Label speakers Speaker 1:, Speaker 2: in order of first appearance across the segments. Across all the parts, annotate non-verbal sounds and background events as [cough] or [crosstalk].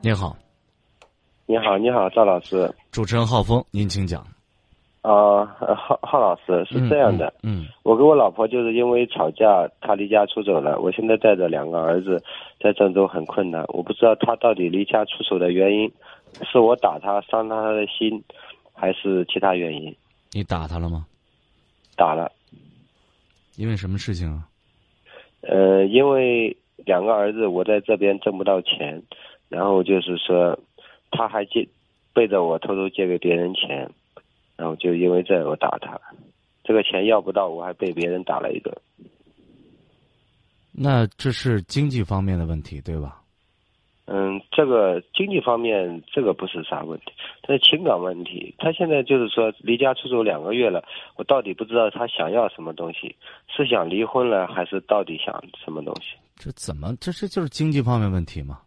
Speaker 1: 您好，
Speaker 2: 你好，你好，赵老师
Speaker 1: 主持人浩峰，您请讲。
Speaker 2: 啊、呃浩浩老师是这样的，
Speaker 1: 嗯，
Speaker 2: 我跟我老婆就是因为吵架，她离家出走了。我现在带着两个儿子在郑州很困难，我不知道她到底离家出走的原因，是我打她伤她的心，还是其他原因？
Speaker 1: 你打他了吗？
Speaker 2: 打了，
Speaker 1: 因为什么事情啊？
Speaker 2: 呃，因为两个儿子我在这边挣不到钱，然后就是说，她还借背着我偷偷借给别人钱，然后就因为这我打她，这个钱要不到，我还被别人打了一顿。
Speaker 1: 那这是经济方面的问题，对吧？
Speaker 2: 嗯，这个经济方面这个不是啥问题，但是情感问题，他现在就是说离家出走两个月了，我到底不知道他想要什么东西，是想离婚了还是到底想什么东西？
Speaker 1: 这怎么？这这就是经济方面问题嘛？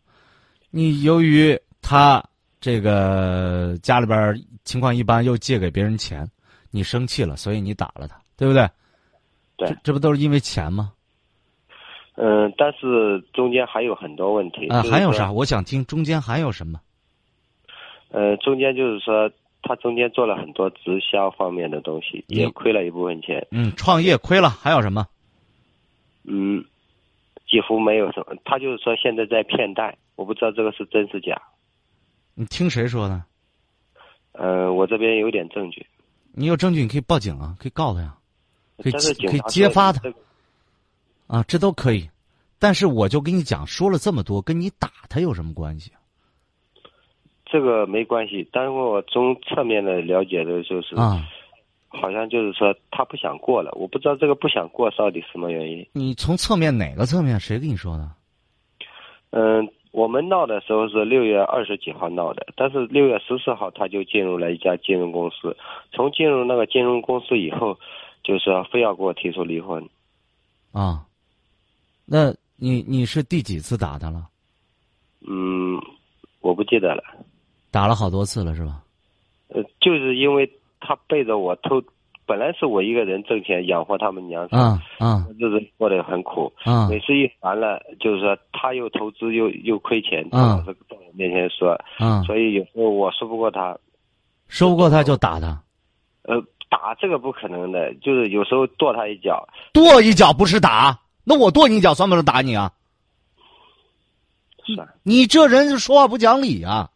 Speaker 1: 你由于他这个家里边儿情况一般，又借给别人钱，你生气了，所以你打了他，对不对？
Speaker 2: 对
Speaker 1: 这，这不都是因为钱吗？
Speaker 2: 嗯，但是中间还有很多问题。
Speaker 1: 啊、
Speaker 2: 就是
Speaker 1: 还有
Speaker 2: 说
Speaker 1: 啥？我想听中间还有什么？
Speaker 2: 呃，中间就是说他中间做了很多直销方面的东西，也
Speaker 1: 嗯
Speaker 2: 亏了一部分钱，
Speaker 1: 嗯，创业亏了，还有什么？
Speaker 2: 嗯，几乎没有什么。他就是说现在在骗贷，我不知道这个是真是假。
Speaker 1: 你听谁说的？
Speaker 2: 嗯、我这边有点证据，
Speaker 1: 你有证据，你可以报警啊，可以告他呀，可以
Speaker 2: 但是
Speaker 1: 揭
Speaker 2: 警
Speaker 1: 可以
Speaker 2: 察
Speaker 1: 揭
Speaker 2: 说
Speaker 1: 发
Speaker 2: 你
Speaker 1: 他
Speaker 2: 这个
Speaker 1: 啊，这都可以。但是我就跟你讲，说了这么多，跟你打他有什么关系啊？
Speaker 2: 这个没关系，但是我从侧面的了解的就是，
Speaker 1: 啊，
Speaker 2: 好像就是说他不想过了，我不知道这个不想过到底什么原因。
Speaker 1: 你从侧面哪个侧面？谁跟你说的？
Speaker 2: 嗯，我们闹的时候是六月二十几号闹的，但是六月十四号他就进入了一家金融公司，从进入那个金融公司以后，就是说非要给我提出离婚。
Speaker 1: 啊，那你你是第几次打他了？
Speaker 2: 嗯，我不记得了，
Speaker 1: 打了好多次了是吧？
Speaker 2: 呃，就是因为他背着我偷，本来是我一个人挣钱养活他们娘仨，
Speaker 1: 啊啊
Speaker 2: 日子过得很苦。
Speaker 1: 啊
Speaker 2: 每次一烦了，就是说他又投资又又亏钱，他
Speaker 1: 嗯
Speaker 2: 老是在我面前说，
Speaker 1: 啊！
Speaker 2: 所以有时候我说不过他，
Speaker 1: 收不过他就打他，
Speaker 2: 呃，打这个不可能的，就是有时候跺他一脚，
Speaker 1: 跺一脚不是打，那我跺你一脚算不算打你啊？嗯
Speaker 2: 算
Speaker 1: 你这人说话不讲理啊！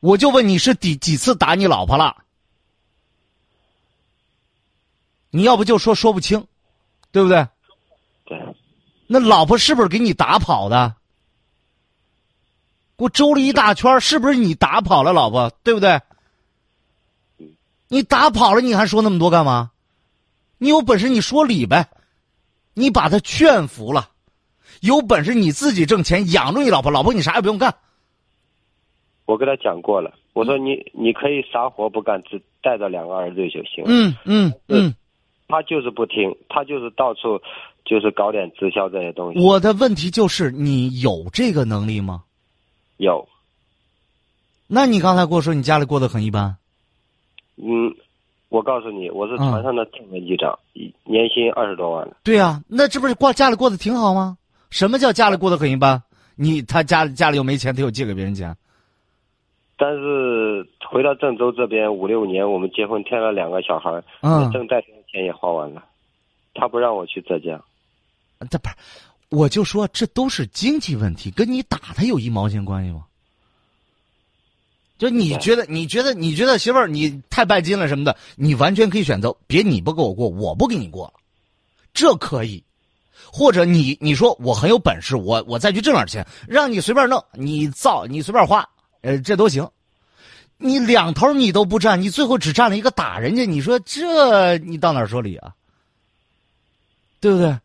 Speaker 1: 我就问你是第几次打你老婆了？你要不就说说不清，对不对？
Speaker 2: 对，
Speaker 1: 那老婆是不是给你打跑的？给我周了一大圈儿，是不是你打跑了老婆？对不对？你打跑了，你还说那么多干嘛？你有本事你说理呗，你把他劝服了，有本事你自己挣钱养着你老婆，老婆你啥也不用干，
Speaker 2: 我跟他讲过了，我
Speaker 1: 嗯
Speaker 2: 说你你可以啥活不干，只带着两个儿子就行。
Speaker 1: 嗯嗯嗯，
Speaker 2: 他就是不听，他就是到处就是搞点直销这些东西。
Speaker 1: 我的问题就是你有这个能力吗？
Speaker 2: 有，
Speaker 1: 那你刚才跟我说你家里过得很一般，
Speaker 2: 嗯，我告诉你，我
Speaker 1: 嗯
Speaker 2: 是船上的正文机长，一年薪二十多万了。
Speaker 1: 对呀、啊那这不是过家里过得挺好吗？什么叫家里过得很一般？你他家里家里又没钱，他又借给别人钱，
Speaker 2: 但是回到郑州这边五六年，我们结婚添了两个小孩，
Speaker 1: 嗯
Speaker 2: 挣贷款的钱也花完了，他不让我去浙江。
Speaker 1: 这不是？我就说这都是经济问题，跟你打他有一毛钱关系吗？就你觉得，你觉得，你觉得媳妇儿你太拜金了什么的，你完全可以选择，别你不跟我过，我不跟你过了，这可以。或者你你说我很有本事，我我再去挣点钱，让你随便弄，你造你随便花，呃，这都行。你两头你都不占，你最后只占了一个打人家，你说这你到哪儿说理啊？对不对？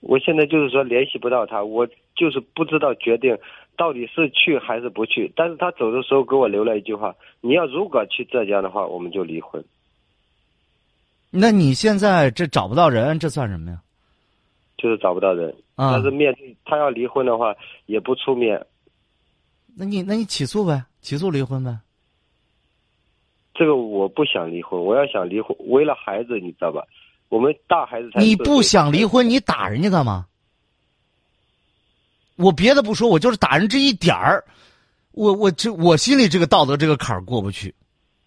Speaker 2: 我现在就是说联系不到他，我就是不知道决定到底是去还是不去。但是他走的时候给我留了一句话：“你要如果去浙江的话，我们就离婚。
Speaker 1: 那你现在这找不到人，这算什么呀？”
Speaker 2: 就是找不到人。
Speaker 1: 啊
Speaker 2: 但是面对他要离婚的话，也不出面。
Speaker 1: 那你那你起诉呗，起诉离婚呗。
Speaker 2: 这个我不想离婚，我要想离婚，为了孩子，你知道吧？我们大孩子才
Speaker 1: 你
Speaker 2: 四
Speaker 1: 不
Speaker 2: 岁
Speaker 1: 想离婚，你打人家干嘛？我别的不说，我就是打人这一点儿，我我这我心里这个道德这个坎儿过不去，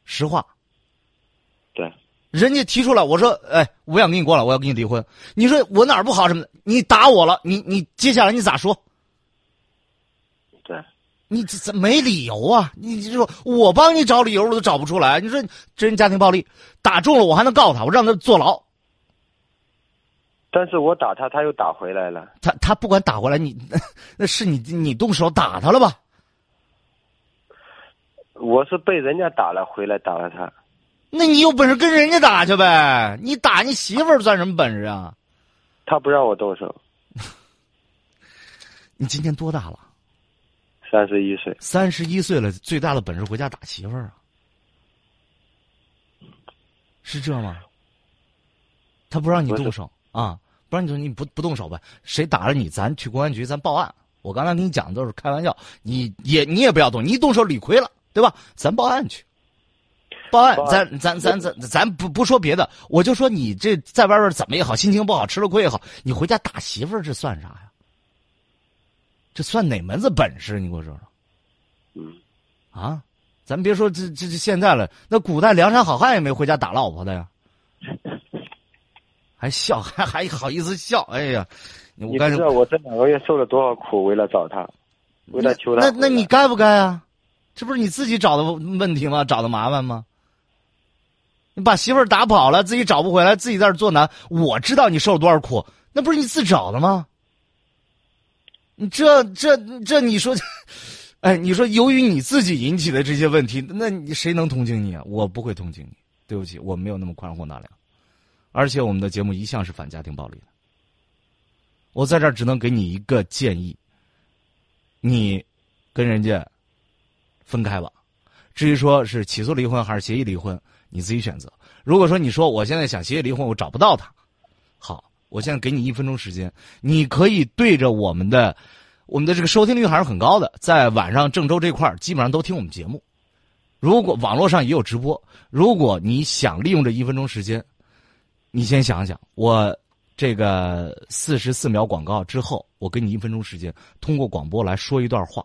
Speaker 1: 实话。
Speaker 2: 对，
Speaker 1: 人家提出来，我说，哎，我想跟你过了，我要跟你离婚。你说我哪儿不好什么的？你打我了，你你接下来你咋说？
Speaker 2: 对，
Speaker 1: 你这这没理由啊！你就说我帮你找理由，我都找不出来。你说这人家庭暴力，打中了我还能告他，我让他坐牢。
Speaker 2: 但是我打他，他又打回来了。
Speaker 1: 他他不管打回来，你 [laughs] 那是你你动手打他了吧？
Speaker 2: 我是被人家打了回来打了他，
Speaker 1: 那你有本事跟人家打去呗！你打你媳妇儿算什么本事啊？
Speaker 2: 他不让我动手。
Speaker 1: 你今年多大了？
Speaker 2: 三十一岁，
Speaker 1: 三十一岁了，最大的本事回家打媳妇儿啊？是这吗？他不让你
Speaker 2: 不是
Speaker 1: 动手啊，不让你动手你不不动手呗？谁打了你，咱去公安局，咱报案。我刚才跟你讲的都是开玩笑，你也你也不要动，你一动手理亏了，对吧？咱报案去。报案
Speaker 2: 报，案
Speaker 1: 咱咱咱咱咱不不说别的，我就说你这在外边怎么也好，心情不好，吃了亏也好，你回家打媳妇儿，这算啥呀？这算哪门子本事？你给我说说。
Speaker 2: 嗯，
Speaker 1: 啊，咱别说这这这现在了，那古代梁山好汉也没回家打老婆
Speaker 2: [laughs]
Speaker 1: 的呀，还笑还还好意思笑，哎呀，我
Speaker 2: 你不
Speaker 1: 刚才
Speaker 2: 知道我这两个月受了多少苦，为了找他，为了求他
Speaker 1: 那
Speaker 2: 回
Speaker 1: 那
Speaker 2: 来
Speaker 1: 你该不该啊？这不是你自己找的问题吗？找的麻烦吗？你把媳妇儿打跑了，自己找不回来，自己在这儿做难。我知道你受了多少苦，那不是你自找的吗？你这这这，你说，哎，你说由于你自己引起的这些问题，那你谁能同情你啊？我不会同情你，对不起，我没有那么宽宏大量，而且我们的节目一向是反家庭暴力的。我在这儿只能给你一个建议，你跟人家分开吧。至于说是起诉离婚还是协议离婚，你自己选择。如果说你说我现在想协议离婚，我找不到他，好，我现在给你一分钟时间，你可以对着我们的我们的这个收听率还是很高的，在晚上郑州这块儿基本上都听我们节目。如果网络上也有直播，如果你想利用这一分钟时间，你先想想，我这个四十四秒广告之后，我给你一分钟时间，通过广播来说一段话，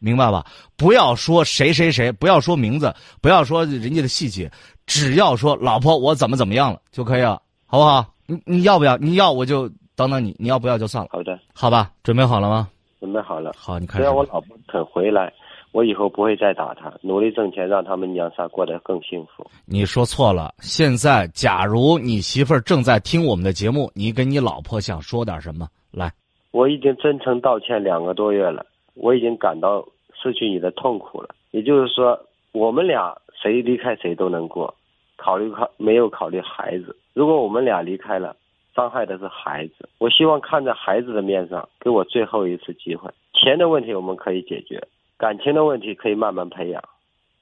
Speaker 1: 明白吧？不要说谁谁谁，不要说名字，不要说人家的细节，只要说老婆我怎么怎么样了就可以了，好不好？你你要不要？你要我就等等你，你要不要就算了，
Speaker 2: 好的，
Speaker 1: 好吧？准备好了吗？
Speaker 2: 准备好了。
Speaker 1: 好，你开
Speaker 2: 只
Speaker 1: 始
Speaker 2: 要啊我
Speaker 1: 吧。
Speaker 2: 老婆肯回来，我以后不会再打她，努力挣钱，让他们娘仨过得更幸福。
Speaker 1: 你说错了。现在，假如你媳妇儿正在听我们的节目，你跟你老婆想说点什么？来，
Speaker 2: 我已经真诚道歉两个多月了，我已经感到失去你的痛苦了。也就是说，我们俩谁离开谁都能过，考虑考没有考虑孩子。如果我们俩离开了，伤害的是孩子。我希望看在孩子的面上，给我最后一次机会。钱的问题我们可以解决，感情的问题可以慢慢培养，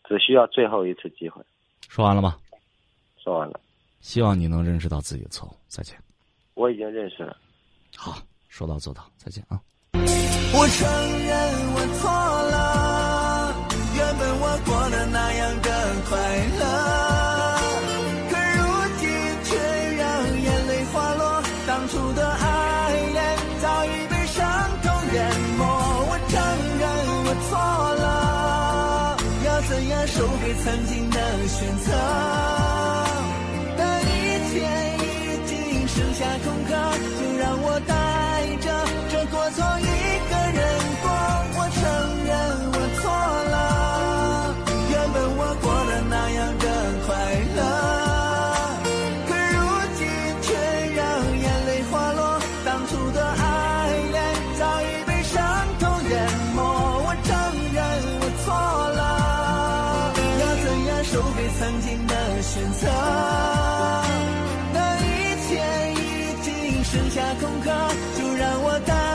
Speaker 2: 只需要最后一次机会。
Speaker 1: 说完了吗？
Speaker 2: 说完了，
Speaker 1: 希望你能认识到自己的错误。再见。
Speaker 2: 我已经认识了。
Speaker 1: 好，说到做到。再见啊。
Speaker 3: 我承认我错了，原本我过得那样的快乐，可如今却让眼泪滑落，当初的爱恋早已被伤痛淹没。我承认我错了，要怎样收回曾经的选择？但一切已经剩下空壳，就让我带着这过错一个人过。我承认我错了，原本我过得那样的快乐，可如今却让眼泪滑落。当初的爱恋早已被伤痛淹没。我承认我错了，要怎样收回曾经的选择？那一切已经剩下空壳，就让我带